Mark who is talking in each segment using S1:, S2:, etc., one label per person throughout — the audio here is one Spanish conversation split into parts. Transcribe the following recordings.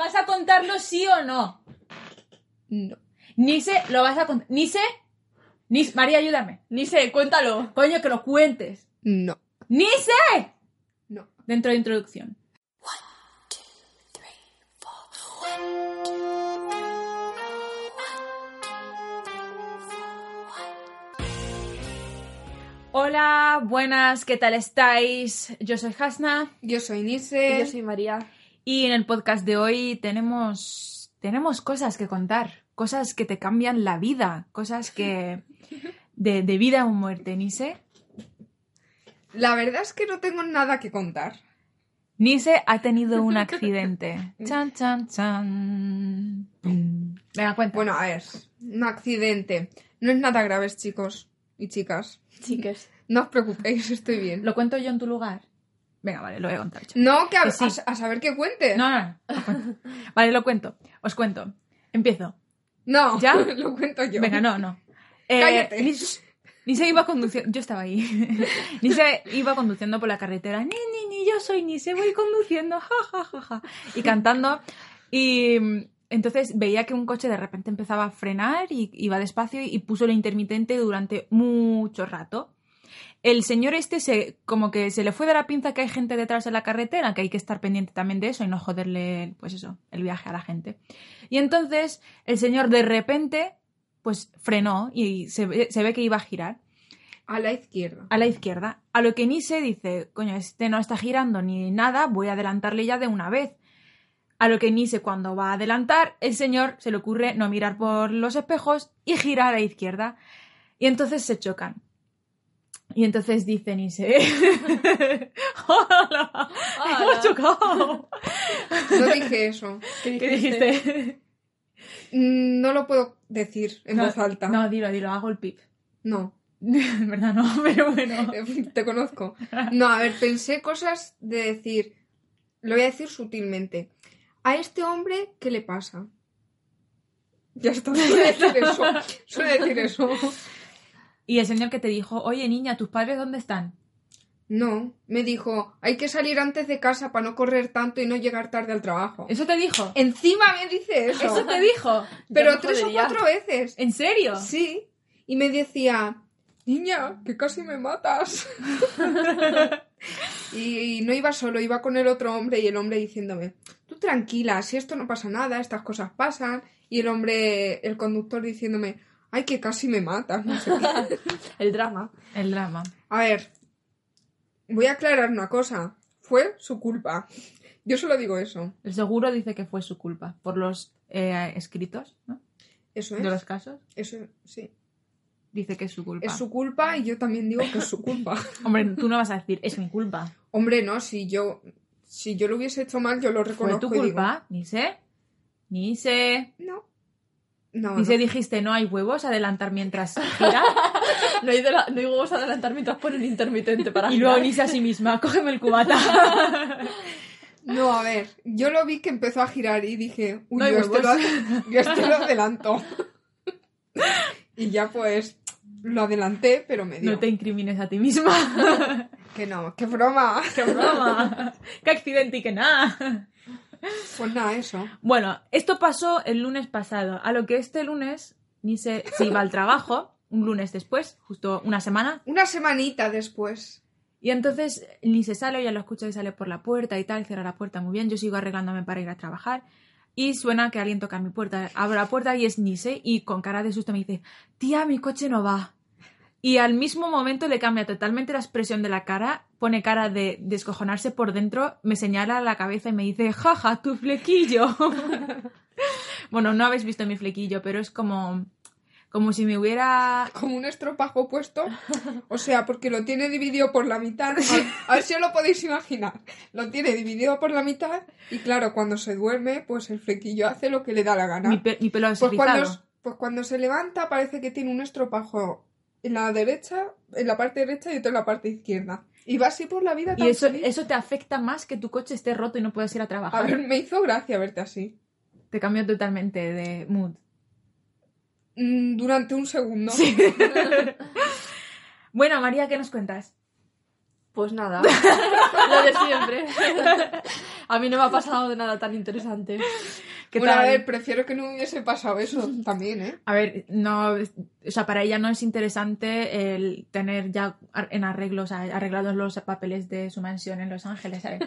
S1: ¿Vas a contarlo sí o no? No. Nice, lo vas a contar. Nice, Nice, María, ayúdame.
S2: Nice, cuéntalo.
S1: Coño, que lo cuentes.
S2: No.
S1: ¡Nice!
S2: No.
S1: Dentro de introducción. Hola, buenas, ¿qué tal estáis? Yo soy Hasna
S2: Yo soy Nice.
S3: Yo soy María.
S1: y en el podcast de hoy tenemos, tenemos cosas que contar, cosas que te cambian la vida, cosas que de, de vida o muerte, Nise.
S2: La verdad es que no tengo nada que contar.
S1: Nise ha tenido un accidente. Chan, chan, chan. Venga, cuenta.
S2: Bueno, a ver, un accidente. No es nada grave, chicos y chicas.
S3: Chicas.
S2: No os preocupéis, estoy bien.
S1: ¿Lo cuento yo en tu lugar? Venga, vale, lo voy a contar yo.
S2: No, que a,
S1: Que sí.
S2: a- a saber que cuente.
S1: No, no, no, lo cuento. Vale, lo cuento. Os cuento. Empiezo.
S2: No,
S1: ¿Ya?
S2: lo cuento yo.
S1: Venga, no, no.
S2: Cállate.
S1: Ni, ni se iba conduciendo. Yo estaba ahí. ni se iba conduciendo por la carretera. Ni, ni, ni, yo soy ni se voy conduciendo. Ja, ja, ja, ja. Y cantando. Y mm, entonces veía que un coche de repente empezaba a frenar y iba despacio y puso el intermitente durante mucho rato. El señor este se como que se le fue de la pinza que hay gente detrás de la carretera, que hay que estar pendiente también de eso y no joderle, pues eso, el viaje a la gente. Y entonces el señor de repente pues frenó y se ve, se ve que iba a girar
S2: A la izquierda.
S1: a la izquierda. A lo que Nise dice, coño, este no está girando ni nada, voy a adelantarle ya de una vez. A lo que Nise cuando va a adelantar, el señor se le ocurre no mirar por los espejos y girar a la izquierda. Y entonces se chocan. Y entonces dice Nise, ¡Hola! ¡Hemos chocado!
S2: No dije eso.
S1: ¿Qué dijiste?
S2: Mm, No lo puedo decir en
S1: No,
S2: voz alta.
S1: No, dilo, dilo, hago el pip.
S2: no.
S1: En verdad no, pero bueno.
S2: Te conozco. No, a ver, pensé cosas de decir. Lo voy a decir sutilmente. A este hombre, ¿qué le pasa? Ya está, suele decir eso. Suele decir eso.
S1: Y el señor que te dijo, oye niña, ¿tus padres dónde están?
S2: No, me dijo, hay que salir antes de casa para no correr tanto y no llegar tarde al trabajo.
S1: ¿Eso te dijo?
S2: Encima me dice eso.
S1: ¿Eso te dijo?
S2: pero
S3: yo me
S2: tres o
S3: jodería.
S2: cuatro veces.
S1: ¿En serio?
S2: Sí. Y me decía, niña, que casi me matas. y, y no iba solo, iba con el otro hombre y el hombre diciéndome, tú tranquila, si esto no pasa nada, estas cosas pasan. Y el hombre, el conductor diciéndome, ay, que casi me matas. no sé qué.
S3: El drama.
S1: El drama.
S2: A ver, voy a aclarar una cosa. Fue su culpa. Yo solo digo eso.
S1: El seguro dice que fue su culpa por los eh, escritos ¿no?
S2: Eso
S1: de los
S2: es.
S1: casos.
S2: Eso sí.
S1: Dice que es su culpa.
S2: Es su culpa y yo también digo que es su culpa.
S1: Hombre, tú no vas a decir, es mi culpa.
S2: Hombre, no, si yo si yo lo hubiese hecho mal, yo lo
S1: ¿Fue
S2: reconozco.
S1: tu
S2: y digo,
S1: culpa? Ni sé. Ni sé.
S2: no,
S1: Ni
S2: no.
S1: sé, dijiste, no hay huevos, adelantar mientras gira.
S3: No hay, de la- no hay huevos a adelantar mientras ponen intermitente para
S1: y luego
S3: girar.
S1: ni sé a sí misma, cógeme el cubata.
S2: No, a ver, yo lo vi que empezó a girar y dije, uy,
S1: No hay
S2: yo, este lo,
S1: huevos.
S2: ad- yo este lo adelanto. y ya pues lo adelanté, pero me dio.
S1: no te incrimines a ti misma.
S2: Que no, que broma.
S1: ¡Qué broma! ¡Qué accidente y qué nada!
S2: Pues nada, eso.
S1: Bueno, esto pasó el lunes pasado, a lo que este lunes ni se, se iba al trabajo, un lunes después, justo una semana,
S2: Una semanita después.
S1: y entonces ni se sale, ya lo escucho que sale por la puerta y tal, cierra la puerta muy bien, yo sigo arreglándome para ir a trabajar. Y suena que alguien toca mi puerta. Abro la puerta y es Nise y con cara de susto me dice, tía, mi coche no va. Y al mismo momento le cambia totalmente la expresión de la cara, pone cara de descojonarse por dentro, me señala la cabeza y me dice, jaja, tu flequillo. bueno, no habéis visto mi flequillo, pero es como Como si me hubiera...
S2: Como un estropajo puesto. O sea, porque lo tiene dividido por la mitad. A, a ver si os lo podéis imaginar. Lo tiene dividido por la mitad. Y claro, cuando se duerme, pues el flequillo hace lo que le da la gana.
S1: Mi, pe- mi pelo
S2: Pues
S1: desfrizado.
S2: cuando, pues cuando se levanta parece que tiene un estropajo en la derecha, en la parte derecha y otro en la parte izquierda. Y va así por la vida tan
S1: Y eso,
S2: feliz.
S1: eso te afecta más que tu coche esté roto y no puedas ir a
S2: A
S1: trabajar.
S2: ver, me hizo gracia verte así.
S1: Te cambia totalmente de mood.
S2: Mm, Durante un segundo.
S1: Bueno, María, ¿qué nos cuentas?
S3: Pues nada, lo de siempre. A mí no me ha pasado de nada tan interesante.
S1: ¿Qué
S2: Bueno, a
S1: tal?
S2: ver, prefiero que no me hubiese pasado eso también, ¿eh?
S1: A ver, no, o sea, para ella no es interesante el tener ya ar- en arreglos, arreglados los papeles de su mansión en Los Ángeles, ¿sabes?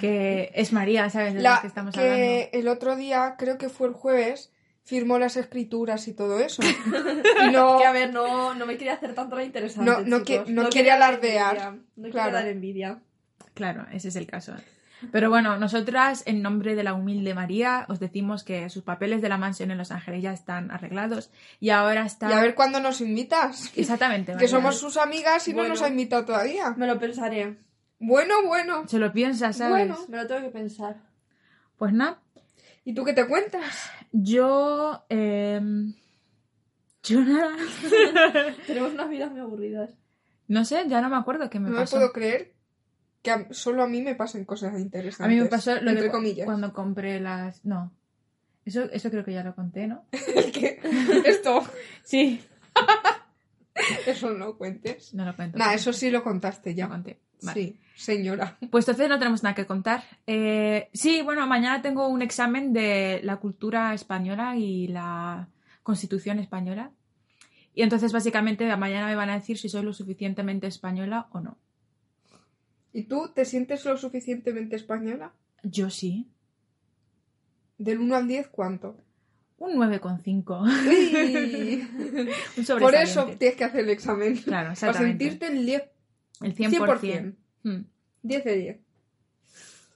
S1: que es María, ¿sabes? De
S2: La-
S1: las que estamos hablando.
S2: que el otro día, creo que fue el jueves, firmó las escrituras y todo eso. Y no,
S3: Que a ver, no, no me quería hacer tanto la interesante.
S2: No- no
S3: chicos.
S2: que- no quiere
S3: quería dar
S2: alardear,
S3: envidia, No
S2: claro.
S3: quiere dar envidia.
S1: Claro, ese es el caso. Pero bueno, nosotras, en nombre de la humilde María, os decimos que sus papeles de la mansión en Los Ángeles ya están arreglados y ahora está...
S2: y a ver cuándo nos invitas.
S1: Exactamente.
S2: Que
S1: María.
S2: somos sus amigas y no
S3: Bueno.
S2: nos ha invitado todavía.
S3: Me lo pensaré.
S2: Bueno, bueno.
S1: Se lo piensa, ¿sabes?
S2: Bueno.
S3: Me lo tengo que pensar.
S1: Pues nada,
S2: ¿Y tú qué te cuentas?
S1: yo... em, yo nada.
S3: Tenemos unas vidas muy aburridas.
S1: No sé, ya no me acuerdo qué me
S2: no
S1: pasó.
S2: me puedo creer que a- solo a mí me pasen cosas interesantes.
S1: A mí me pasó lo
S2: entre
S1: de cu-
S2: comillas.
S1: cuando compré las... No. Eso, eso creo que ya lo conté, ¿no?
S2: Que Esto,
S1: Sí.
S2: eso no cuentes.
S1: No lo cuento.
S2: Nada, eso sí lo contaste
S1: ya
S2: ya.
S1: conté. Vale.
S2: Sí, señora.
S1: Pues entonces no tenemos nada que contar. Eh, sí, bueno, mañana tengo un examen de la cultura española y la constitución española. Y entonces básicamente mañana me van a decir si soy lo suficientemente española o no.
S2: ¿Y tú te sientes lo suficientemente española?
S1: Yo sí.
S2: Del 1 al 10, ¿cuánto?
S1: Un 9,5.
S2: Uy.
S1: Un
S2: Por eso
S1: sobresaliente.
S2: tienes que hacer el examen.
S1: Claro,
S2: Para
S1: exactamente.
S2: sentirte el 10,
S1: El 100%.
S2: 100%.
S1: Hmm.
S2: 10 de 10.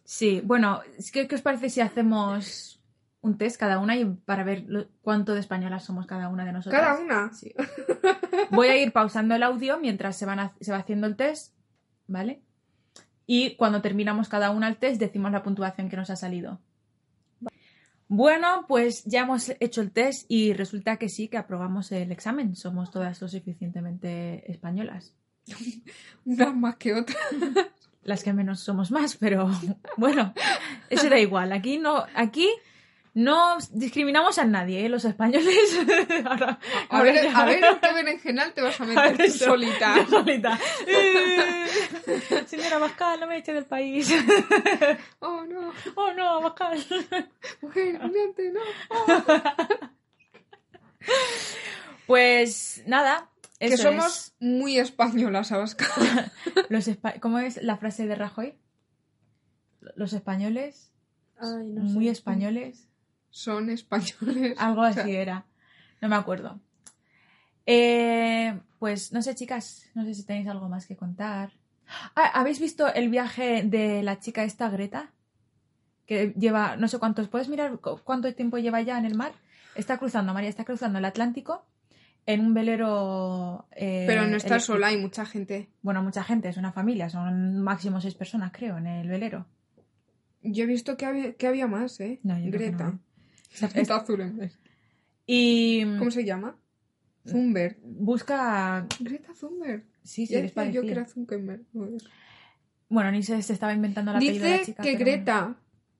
S1: Sí, bueno, es que- ¿qué os parece si hacemos un test cada una y para ver lo- cuánto de españolas somos cada una de nosotras?
S2: Cada una.
S1: Sí. Voy a ir pausando el audio mientras se, van ha- se va haciendo el test, ¿vale? Y cuando terminamos cada una el test, decimos la puntuación que nos ha salido. Bueno, pues ya hemos hecho el test y resulta que sí, que aprobamos el examen. Somos todas lo suficientemente españolas.
S2: Una más que otra.
S1: Las que menos somos más, pero bueno, eso da igual. Aquí no, aquí no discriminamos a nadie, ¿eh? los españoles. Ahora-
S2: A ver,
S1: ahora ya-
S2: a ver en qué berenjenal te vas a
S1: A
S2: meter
S1: ver
S2: tú
S1: eso.
S2: solita.
S1: Yo solita. Señora Bascal, no me eche del país.
S2: Oh, no.
S1: Oh no, Bascal.
S2: Mujer, mírate, no.
S1: Pues nada, eso
S2: que somos muy españolas, Abascal.
S1: es. Los espa- ¿Cómo es la frase de Rajoy? Los españoles,
S3: Ay, no
S1: muy
S3: sé.
S1: españoles,
S2: Son españoles.
S1: algo
S2: O sea,
S1: así era. No me acuerdo. Eh, pues no sé, chicas, no sé si tenéis algo más que contar. Ah, ¿Habéis visto el viaje de la chica esta, Greta? Que lleva, no sé cuántos, ¿puedes mirar cu- cuánto tiempo lleva ya en el mar? Está cruzando, María, está cruzando el Atlántico en un velero. eh,
S2: Pero no está
S1: eléctrico.
S2: sola, hay mucha gente.
S1: Bueno, mucha gente, es una familia, son máximo seis personas, creo, en el velero.
S2: Yo he visto que había, que había más, ¿eh?
S1: No, yo creo que
S2: Greta.
S1: no. ¿eh? O sea, es-
S2: Greta Thunberg.
S1: y
S2: ¿Cómo se llama? Thunberg.
S1: busca.
S2: Greta Thunberg.
S1: Mm. Sí, sí,
S2: Ya
S1: es
S2: decía yo que
S1: parecido.
S2: era Zuckerberg. Joder.
S1: Bueno, ni se, se estaba inventando la apellido de la
S2: Dice
S1: chica.
S2: que
S1: pero bueno.
S2: Greta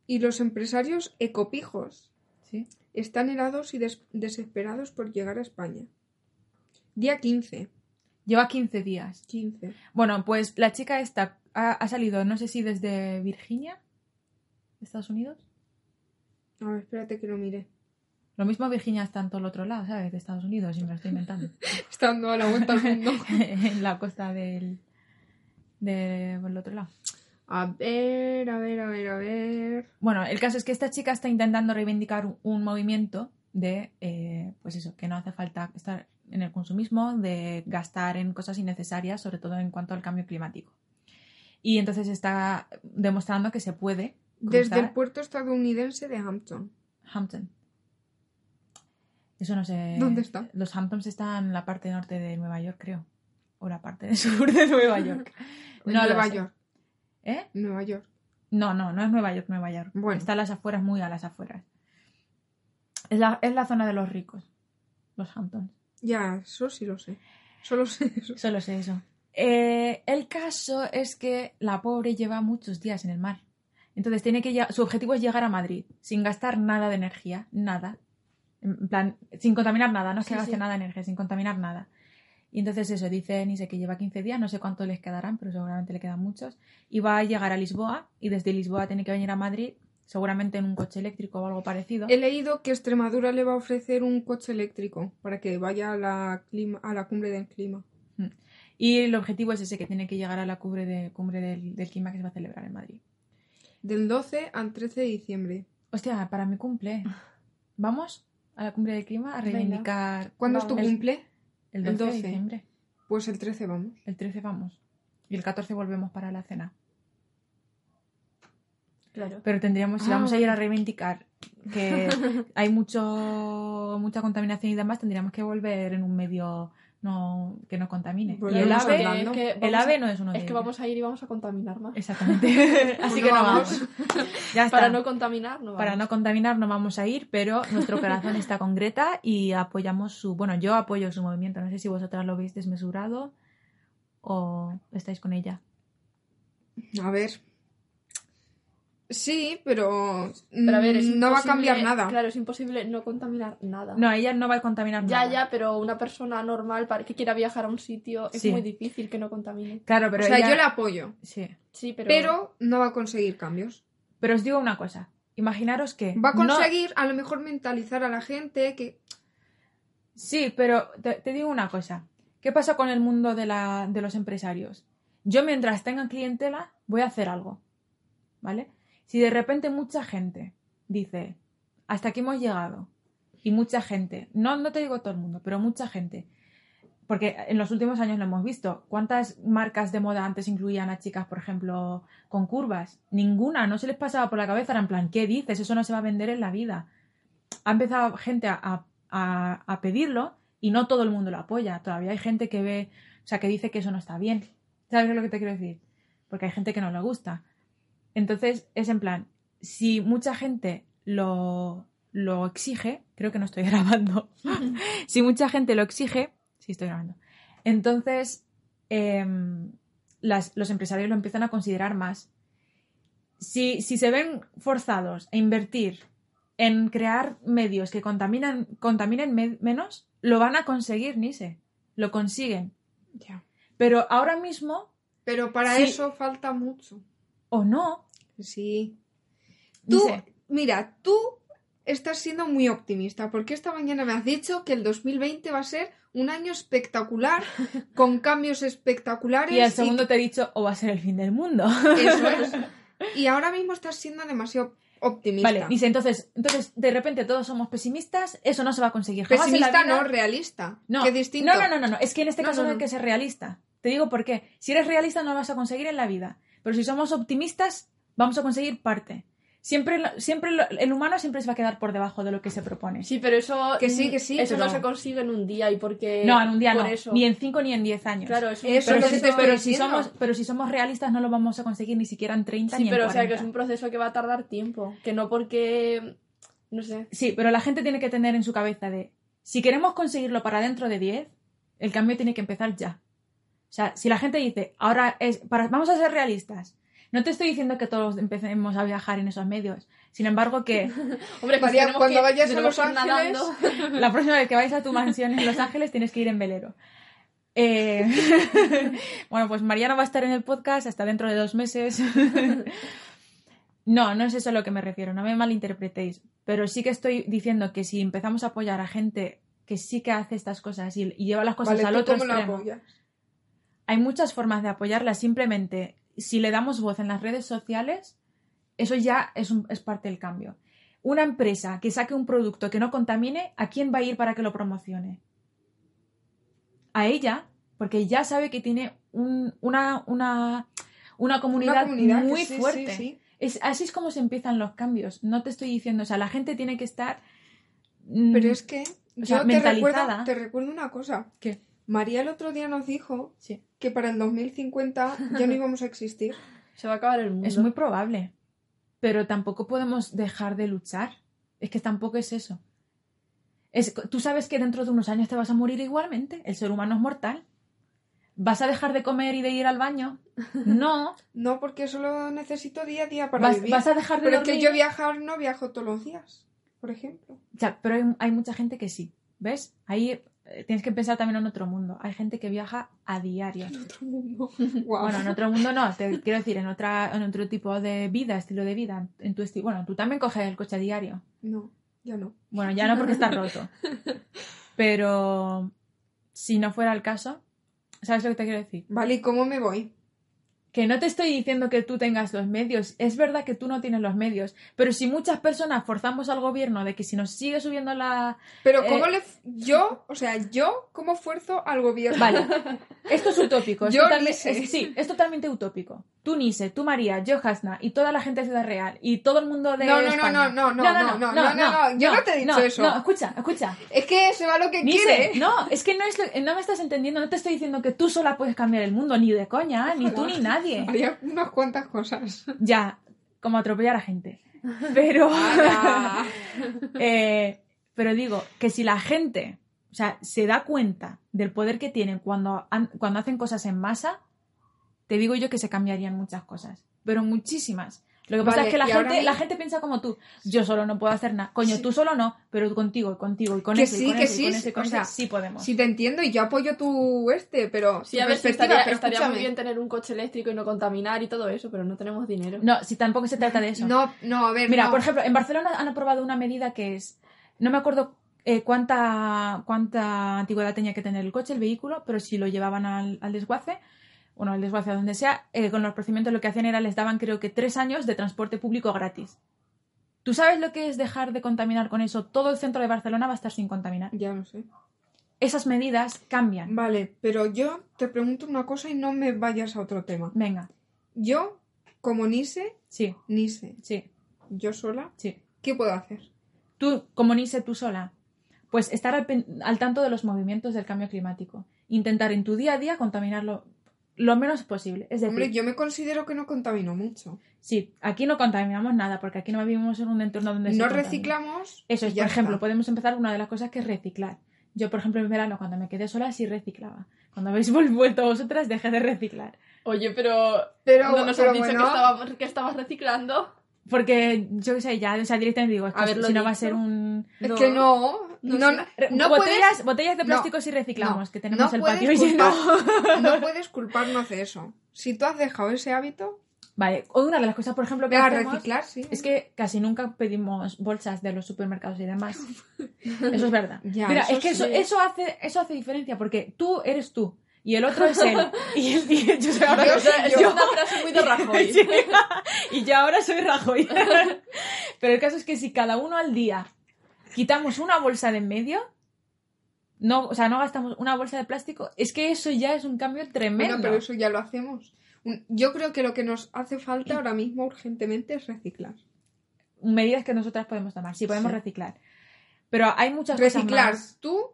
S2: y los empresarios ecopijos
S1: Sí.
S2: están helados y des- desesperados por llegar a España. Día 15.
S1: Lleva 15 días.
S2: 15.
S1: Bueno, pues la chica esta ha, ha salido, no sé si desde Virginia, Estados Unidos.
S2: A ver, espérate que lo mire.
S1: Lo mismo Virginia está en todo el otro lado, ¿sabes? De Estados Unidos, y me lo estoy inventando.
S2: Está dando a la vuelta al mundo.
S1: en la costa del. del por el otro lado.
S2: A ver, a ver, a ver, a ver.
S1: Bueno, el caso es que esta chica está intentando reivindicar un, un movimiento de, eh, pues eso, que no hace falta estar en el consumismo, de gastar en cosas innecesarias, sobre todo en cuanto al cambio climático. Y entonces está demostrando que se puede cruzar
S2: Desde el puerto estadounidense de Hampton.
S1: Hampton. Eso no sé.
S2: ¿Dónde está?
S1: Los Hamptons están en la parte norte de Nueva York, creo. O la parte del sur de Nueva York.
S2: No,
S1: lo
S2: Nueva
S1: sé.
S2: York.
S1: ¿Eh?
S2: Nueva York.
S1: No, no, no es Nueva York, Nueva York.
S2: Bueno.
S1: Está a las afueras, muy a las afueras. Es la, es la zona de los ricos, los Hamptons.
S2: Ya, eso sí lo sé. Solo sé eso.
S1: Solo sé eso. Eh, el caso es que la pobre lleva muchos días en el mar. Entonces tiene que lle- su objetivo es llegar a Madrid sin gastar nada de energía, nada. En plan, sin contaminar nada, no se
S3: Sí,
S1: gaste
S3: sí.
S1: nada de energía, sin contaminar nada. Y entonces eso, dice Nise que lleva 15 días, no sé cuánto les quedarán, pero seguramente le quedan muchos. Y va a llegar a Lisboa y desde Lisboa tiene que venir a Madrid, seguramente en un coche eléctrico o algo parecido.
S3: Eh.
S2: He leído que Extremadura le va a ofrecer un coche eléctrico para que vaya a la, clima, a la cumbre del clima.
S1: Y el objetivo es ese, que tiene que llegar a la cumbre, de, cumbre del, del clima que se va a celebrar en Madrid.
S2: Del 12 al 13 de diciembre.
S1: Hostia, para mi cumple. Vamos a la cumbre del clima a
S3: Venga.
S1: reivindicar
S2: ¿Cuándo es tu
S1: Vamos.
S2: cumple?
S1: el 12,
S2: El
S1: de
S2: 12.
S1: diciembre.
S2: Pues el 13 vamos.
S1: El 13 vamos. Y el 14 volvemos para la cena.
S3: Claro.
S1: Pero tendríamos, si
S2: Ah,
S1: vamos a ir
S2: vale.
S1: a reivindicar que hay mucho mucha contaminación y demás, tendríamos que volver en un medio no que no contamine.
S2: Pues
S1: y el
S2: vamos
S1: ave,
S2: hablando.
S1: el ave no es uno de
S3: Es que
S1: ellos.
S3: vamos a ir y vamos a contaminar más.
S1: Exactamente. Así
S2: Pues
S1: que
S2: no
S1: no
S2: vamos.
S1: vamos. Ya está.
S3: Para no contaminar, no
S1: Para no
S3: vamos.
S1: contaminar no vamos a ir, pero nuestro corazón está con Greta y apoyamos su... Bueno, yo apoyo su movimiento. No sé si vosotras lo veis desmesurado o estáis con ella.
S2: A ver. Sí, pero,
S3: Pero a ver, es
S2: mm, no va a
S3: imposible-
S2: cambiar nada.
S3: Claro, es imposible no contaminar nada.
S1: No, ella no va a contaminar
S3: Ya,
S1: nada.
S3: ya, pero una persona normal para que quiera viajar a un sitio es
S1: Sí.
S3: muy difícil que no contamine.
S1: Claro,
S2: o
S1: pero
S2: sea,
S1: ella-
S2: yo la apoyo,
S1: Sí.
S3: Sí, pero...
S2: pero no va a conseguir cambios.
S1: Pero os digo una cosa. Imaginaros que...
S2: Va a
S1: no-
S2: conseguir a lo mejor mentalizar a la gente que
S1: Sí, pero te, te digo una cosa. ¿Qué pasa con el mundo de, la, de los empresarios? Yo mientras tenga clientela voy a hacer algo, ¿vale? Si de repente mucha gente dice, hasta aquí hemos llegado, y mucha gente, no, no te digo todo el mundo, pero mucha gente, porque en los últimos años lo hemos visto, ¿cuántas marcas de moda antes incluían a chicas, por ejemplo, con curvas? Ninguna, no se les pasaba por la cabeza, era en plan, ¿qué dices? Eso no se va a vender en la vida ha empezado gente a, a- a- a pedirlo y no todo el mundo lo apoya. Todavía hay gente que ve, o sea, que dice que eso no está bien. ¿Sabes lo que te quiero decir? Porque hay gente que no le gusta. Entonces, es en plan, si mucha gente lo, lo exige, creo que no estoy grabando, si mucha gente lo exige, sí estoy grabando, entonces em, las- los empresarios lo empiezan a considerar más. Si, si se ven forzados a invertir en crear medios que contaminan, contaminen me- menos, lo van a conseguir, Nise. Lo consiguen. Pero ahora mismo,
S2: pero para
S1: Sí.
S2: eso falta mucho.
S1: o no,
S2: Sí. Tú,
S1: Nise,
S2: mira, tú estás siendo muy optimista porque esta mañana me has dicho que el 2020 va a ser un año espectacular con cambios espectaculares
S1: y al segundo te he dicho, o va a ser el fin del mundo.
S2: eso es. Y ahora mismo estás siendo demasiado optimista.
S1: Vale, dice, entonces, entonces de repente todos somos pesimistas, eso no se va a conseguir. jamás en la
S2: Pesimista
S1: vida.
S2: no, realista.
S1: No,
S2: Qué distinto.
S1: No, no, no, no, no, es que en este
S2: No,
S1: caso
S2: no,
S1: no, hay
S2: no.
S1: que ser realista. Te digo por qué. Si eres realista no lo vas a conseguir en la vida, pero si somos optimistas vamos a conseguir parte. Siempre, lo- siempre lo- el humano siempre se va a quedar por debajo de lo que se propone.
S3: Sí, pero eso...
S2: Que sí, que sí,
S3: Eso
S2: pero-
S3: no se consigue en un día y porque...
S1: no, en un día
S3: por
S1: no,
S3: Eso.
S1: ni en cinco ni en diez años.
S3: Claro, es un
S2: Eso
S1: pero,
S2: es lo
S1: si,
S2: que te
S3: proceso-
S2: estoy
S1: pero si
S2: diciendo.
S1: somos, pero si somos realistas no lo vamos a conseguir ni siquiera en 30
S3: Sí,
S1: ni en
S3: pero o sea que es
S1: 40.
S3: un proceso que va a tardar tiempo. Que no porque... No sé.
S1: Sí, pero la gente tiene que tener en su cabeza de, si queremos conseguirlo para dentro de 10, el cambio tiene que empezar ya. O sea, si la gente dice, ahora es, para, vamos a ser realistas. No te estoy diciendo que todos empecemos a viajar en esos medios. Sin embargo, que
S3: Hombre, pues
S2: María,
S3: tenemos
S2: cuando
S3: que-
S2: vayas a
S3: tenemos
S2: Los
S3: que ir
S2: Ángeles-
S3: nadando.
S1: la próxima vez que vais a tu mansión en Los Ángeles tienes que ir en velero. Eh, bueno, pues Mariana va a estar en el podcast hasta dentro de dos meses. no, no es eso a lo que me refiero, no me malinterpretéis. Pero sí que estoy diciendo que si empezamos a apoyar a gente que sí que hace estas cosas y, y lleva las cosas
S2: Vale,
S1: pues al
S2: ¿tú
S1: otro
S2: cómo lo
S1: extremo,
S2: apoyas?
S1: hay muchas formas de apoyarlas. Simplemente, si le damos voz en las redes sociales, eso ya es, un- es parte del cambio. Una empresa que saque un producto que no contamine, ¿a quién va a ir para que lo promocione? A ella, porque ya sabe que tiene un- una, una, una
S2: Una
S1: comunidad,
S2: comunidad que
S1: muy
S2: sí, sí,
S1: fuerte.
S2: sí.
S1: Es, así es como se empiezan los cambios. No te estoy diciendo, o sea, la gente tiene que estar... mm,
S2: Pero es que
S1: O
S2: Yo
S1: sea,
S2: te recuerdo,
S1: mentalizada.
S2: te recuerdo una cosa.
S1: ¿Qué?
S2: María el otro día nos dijo
S3: Sí.
S2: que para el 2050 ya no íbamos a existir.
S3: Se va a acabar el mundo.
S1: Es muy probable. Pero tampoco podemos dejar de luchar. Es que tampoco es eso. Es, tú sabes que dentro de unos años te vas a morir igualmente. El ser humano es mortal. ¿Vas a dejar de comer y de ir al baño? No.
S2: No, porque solo necesito día a día para
S1: ¿Vas,
S2: vivir.
S1: vas a dejar de
S2: Pero es que
S1: dormir?
S2: yo viajar no viajo todos los días, por ejemplo.
S1: Ya, pero hay, hay mucha gente que sí. ¿Ves? Ahí eh, tienes que pensar también en otro mundo. Hay gente que viaja a diario.
S2: En otro mundo. Guau.
S1: Bueno, en otro mundo no, te quiero decir, en, otra, en otro tipo de vida, estilo de vida. En tu esti- bueno, tú también coges el coche a diario.
S2: No, ya no.
S1: Bueno, ya no porque está roto. Pero si no fuera el caso, ¿sabes lo que te quiero decir?
S2: Vale, ¿y cómo me voy?
S1: Que no te estoy diciendo que tú tengas los medios. Es verdad que tú no tienes los medios. Pero si muchas personas forzamos al gobierno de que si nos sigue subiendo la...
S2: Pero ¿cómo
S1: Eh,
S2: le... Yo, o sea, yo, ¿cómo fuerzo al gobierno?
S1: Vale. Esto es utópico. es
S2: Yo
S1: totalme-
S2: Nise.
S1: es- sí, es totalmente utópico. Tú, Nise, tú, María, yo, Hasna, y toda la gente de Ciudad Real, y todo el mundo de
S2: No, no, no,
S1: España.
S2: no, no, no, no, no, no, yo no te he dicho eso.
S1: No, escucha, escucha.
S2: Es que se va lo que
S1: Nise,
S2: quiere.
S1: no, es que no, es lo- no me estás entendiendo, no te estoy diciendo que tú sola puedes cambiar el mundo, ni de coña, ni tú ni nadie.
S2: Haría unas cuantas cosas.
S1: Ya, como atropellar a gente. Pero...
S2: Ah,
S1: Eh, pero digo que si la gente o sea, se da cuenta del poder que tienen cuando, han- cuando hacen cosas en masa, te digo yo que se cambiarían muchas cosas, pero muchísimas. Lo que pasa
S2: Vale,
S1: es que la
S2: y ahora
S1: gente,
S2: mi-
S1: la gente piensa como tú. Yo solo no puedo hacer nada. Coño,
S2: Sí.
S1: tú solo no, pero contigo, y contigo, y con
S2: Que
S1: eso, y
S2: sí,
S1: con
S2: que
S1: eso, y con
S2: sí,
S1: eso, y con
S2: o
S1: eso,
S2: sea,
S1: sí podemos.
S2: Si te entiendo y yo apoyo tu este, pero
S3: Sí,
S2: tu
S3: a ver, sí,
S2: perspectiva,
S3: estaría,
S2: pero
S3: estaría muy
S2: escúchame.
S3: bien tener un coche eléctrico y no contaminar y todo eso, pero no tenemos dinero.
S1: No, si tampoco se trata de eso.
S2: No, no, a ver,
S1: Mira,
S2: no.
S1: por ejemplo, en Barcelona han aprobado una medida que es, no me acuerdo eh, cuánta, cuánta antigüedad tenía que tener el coche, el vehículo, pero si lo llevaban al, al desguace, bueno, al desguace a donde sea, eh, con los procedimientos lo que hacían era les daban creo que tres años de transporte público gratis. ¿Tú sabes lo que es dejar de contaminar con eso? Todo el centro de Barcelona va a estar sin contaminar.
S2: Ya no sé.
S1: Esas medidas cambian.
S2: Vale, pero yo te pregunto una cosa y no me vayas a otro tema.
S1: Venga,
S2: Yo, como Nise,
S1: sí,
S2: Nise,
S1: sí,
S2: yo sola,
S1: sí.
S2: ¿qué puedo hacer?
S1: tú, como Nise, tú sola, pues estar al, pen- al tanto de los movimientos del cambio climático. Intentar en tu día a día contaminarlo lo menos posible. Es decir,
S2: Hombre, yo me considero que no contamino mucho.
S1: sí, aquí no contaminamos nada porque aquí no vivimos en un entorno donde se
S2: No
S1: contamina.
S2: reciclamos.
S1: Eso es,
S2: y ya
S1: por ejemplo, pues,
S2: está.
S1: podemos empezar una de las cosas que es reciclar. Yo, por ejemplo, en verano, cuando me quedé sola, sí reciclaba. Cuando habéis vol- vuelto vosotras, dejé de reciclar.
S3: Oye, pero...
S2: Pero,
S3: ¿No nos
S2: pero
S3: has dicho
S2: bueno,
S3: que, estabas, que estabas reciclando?
S1: Porque yo qué sé, ya o sea, directamente digo, es que
S3: A ver, lo
S1: si no va a
S3: dicho.
S1: ser un.
S2: es
S3: No.
S2: que no.
S3: No
S2: No,
S3: sé.
S2: no-
S1: Re-
S2: no
S1: botellas,
S2: puedes,
S1: botellas de
S2: no,
S1: plástico sí reciclamos,
S2: no,
S1: que tenemos
S2: no
S1: el
S2: puedes
S1: patio lleno.
S2: no puedes culparnos de eso. Si tú has dejado ese hábito,
S1: Vale, o una de las cosas, por ejemplo, que
S2: a
S1: hacemos
S2: reciclar, sí.
S1: es que casi nunca pedimos bolsas de los supermercados y demás. Eso es verdad.
S2: Ya,
S1: Mira,
S2: eso
S1: es que eso,
S2: sí.
S1: eso hace, eso hace diferencia porque tú eres tú y el otro es él. Y, el, y yo soy ahora-
S2: Yo
S3: O sea,
S2: soy
S3: es
S2: yo.
S3: una frase muy de Rajoy.
S1: Sí. y yo ahora soy Rajoy. Pero el caso es que si cada uno al día quitamos una bolsa de en medio, no, o sea, no gastamos una bolsa de plástico, es que eso ya es un cambio tremendo.
S2: Bueno, pero eso ya lo hacemos. Un- Yo creo que lo que nos hace falta ahora mismo urgentemente es reciclar.
S1: Medidas que nosotras podemos tomar, sí, podemos
S2: Sí.
S1: reciclar. Pero hay muchas cosas
S2: Reciclar.
S1: más.
S2: Tú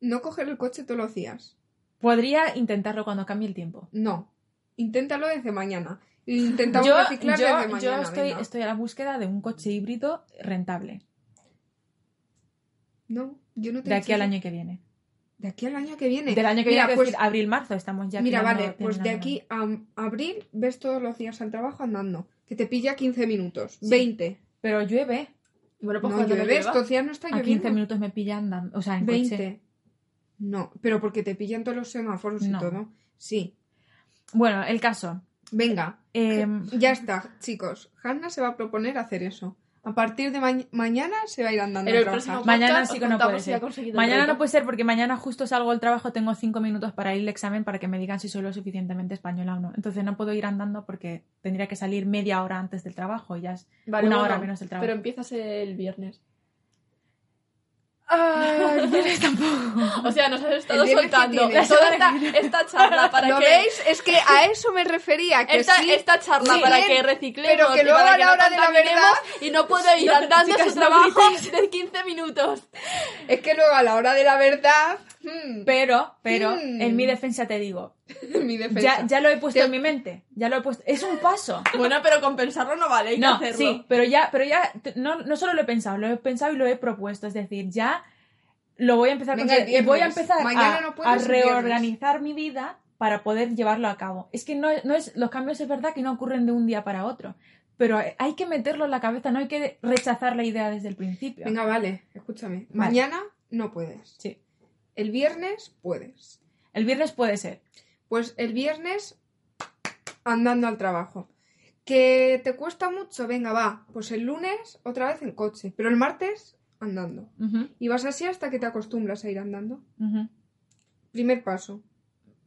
S2: no coger el coche todos los días.
S1: Podría intentarlo cuando cambie el tiempo.
S2: No. Inténtalo desde mañana. Intentamos
S1: Yo,
S2: reciclar
S1: yo-
S2: desde
S1: yo
S2: mañana.
S1: estoy,
S2: venga.
S1: estoy a la búsqueda de un coche híbrido rentable
S2: No, yo no te
S1: de
S2: he
S1: aquí
S2: dicho
S1: al
S2: eso.
S1: año que viene.
S2: De aquí al año que viene.
S1: Del año que
S2: Mira,
S1: viene,
S2: pues,
S1: pues, abril-marzo, estamos ya.
S2: Mira,
S1: tirando-
S2: vale, pues de
S1: terminando.
S2: aquí a abril ves todos los días al trabajo andando. Que te pilla 15 minutos,
S1: Sí.
S2: 20.
S1: Pero llueve.
S3: Bueno, pues
S2: No
S3: cuando lo
S2: llueve,
S3: lleva.
S2: estos días no está
S1: A
S2: lloviendo.
S1: 15 minutos me pilla andando. O sea, en
S2: 20.
S1: coche.
S2: No, pero porque te pillan todos los semáforos
S1: No.
S2: y todo. Sí.
S1: Bueno, el caso.
S2: Venga,
S1: Eh,
S2: ya está, chicos. Hanna se va a proponer hacer eso. A partir de ma- mañana se va a ir andando a
S3: Pero el
S2: trabajar.
S3: próximo
S1: Mañana
S3: podcast
S1: sí
S3: os
S1: que no
S3: contamos
S1: puede
S3: si ha
S1: ser.
S3: conseguido el
S1: mañana no
S3: reto.
S1: puede ser porque mañana justo salgo del trabajo, tengo 5 minutos para ir al examen para que me digan si soy lo suficientemente española o no. Entonces no puedo ir andando porque tendría que salir media hora antes del trabajo. Ya es
S3: Vale,
S1: una
S3: bueno,
S1: hora menos del trabajo.
S3: Pero empiezas el viernes.
S1: Ah, el viernes tampoco.
S3: O sea, nos has estado
S2: El viernes que
S3: soltando
S2: tiene.
S3: toda esta, esta charla para
S2: ¿Lo
S3: que...
S2: veis? Es que a eso me refería. Que
S3: Esta,
S2: sí,
S3: esta charla
S2: sí,
S3: para
S2: bien,
S3: que reciclemos
S2: Pero que
S3: y
S2: luego
S3: para
S2: a
S3: que
S2: la
S3: no
S2: hora de la
S3: contaminemos
S2: verdad.
S3: y no puedo ir
S1: No,
S3: andando a
S1: chicas,
S3: su
S1: no
S3: trabajo de 15 minutos.
S2: Es que luego a la hora de la verdad. mm,
S1: Pero, pero,
S2: Mm.
S1: en mi defensa te digo,
S2: mi defensa.
S1: ya, ya lo he puesto
S2: Te-
S1: en mi mente, ya lo he puesto, es un paso.
S3: Bueno, pero compensarlo no vale, hay
S1: No,
S3: que hacerlo.
S1: sí, pero ya, pero ya, te- no, no solo lo he pensado, lo he pensado y lo he propuesto, es decir, ya lo voy a empezar
S2: Venga,
S1: con-
S2: el
S1: y voy a
S2: viernes.
S1: empezar
S2: Mañana
S1: a,
S2: no puedo,
S1: a
S2: es el viernes.
S1: reorganizar mi vida para poder llevarlo a cabo. Es que no, no es, los cambios es verdad que no ocurren de un día para otro, pero hay que meterlo en la cabeza, no hay que rechazar la idea desde el principio.
S2: Venga, vale, escúchame.
S1: Vale.
S2: Mañana no puedes.
S1: Sí.
S2: El viernes puedes.
S1: El viernes puede ser.
S2: Pues el viernes andando al trabajo. Que te cuesta mucho, venga, va. Pues el lunes otra vez en coche, pero el martes andando.
S1: Ujú,
S2: Y vas así hasta que te acostumbras a ir andando.
S1: ujú.
S2: Primer paso.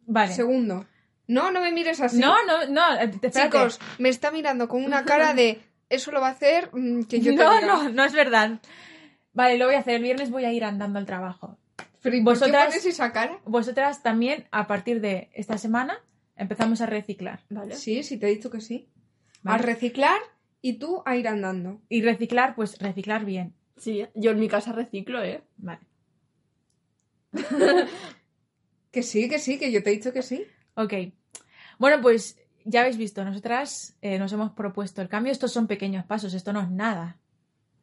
S1: Vale.
S2: Segundo. No, no me mires así.
S1: No, no, no, eh, te- espérate.
S2: Chicos, me está mirando con una cara de eso lo va a hacer mm, que yo te
S1: no,
S2: diga".
S1: no, no es verdad. Vale, lo voy a hacer. El viernes voy a ir andando al trabajo.
S2: Pero ¿y
S1: Vosotras-
S2: ¿Por qué pones esa cara?
S1: Vosotras también, a partir de esta semana, empezamos a reciclar.
S3: Vale.
S2: Sí, sí, te he dicho que sí.
S1: ¿vale?
S2: A reciclar y tú a ir andando.
S1: y reciclar, pues reciclar bien.
S3: Sí, yo en mi casa reciclo, ¿eh?
S1: Vale.
S2: Que sí, que sí, que yo te he dicho que sí.
S1: Ok. Bueno, pues ya habéis visto, nosotras eh, nos hemos propuesto el cambio. Estos son pequeños pasos, esto no es nada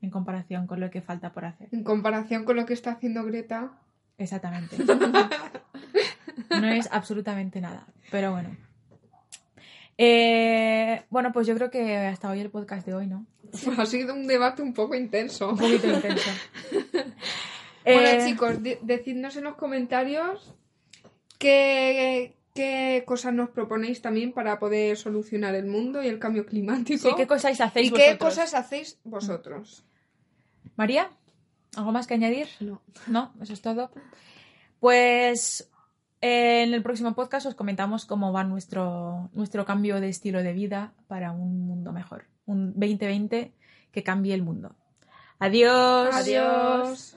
S1: en comparación con lo que falta por hacer.
S2: En comparación con lo que está haciendo Greta.
S1: Exactamente. No es absolutamente nada, pero bueno. Eh, bueno, pues yo creo que hasta hoy el podcast de hoy, ¿no?
S2: Ha sido un debate un poco intenso.
S1: Un poquito intenso.
S2: Bueno,
S1: Eh,
S2: chicos, de- decidnos en los comentarios qué, qué cosas nos proponéis también para poder solucionar el mundo y el cambio climático.
S1: sí, ¿qué cosas hacéis
S2: y qué
S1: vosotros?
S2: cosas hacéis vosotros.
S1: María, ¿algo más que añadir?
S3: No.
S1: No, eso es todo. Pues eh, en el próximo podcast os comentamos cómo va nuestro, nuestro cambio de estilo de vida para un mundo mejor. Un 2020 que cambie el mundo. Adiós.
S2: Adiós.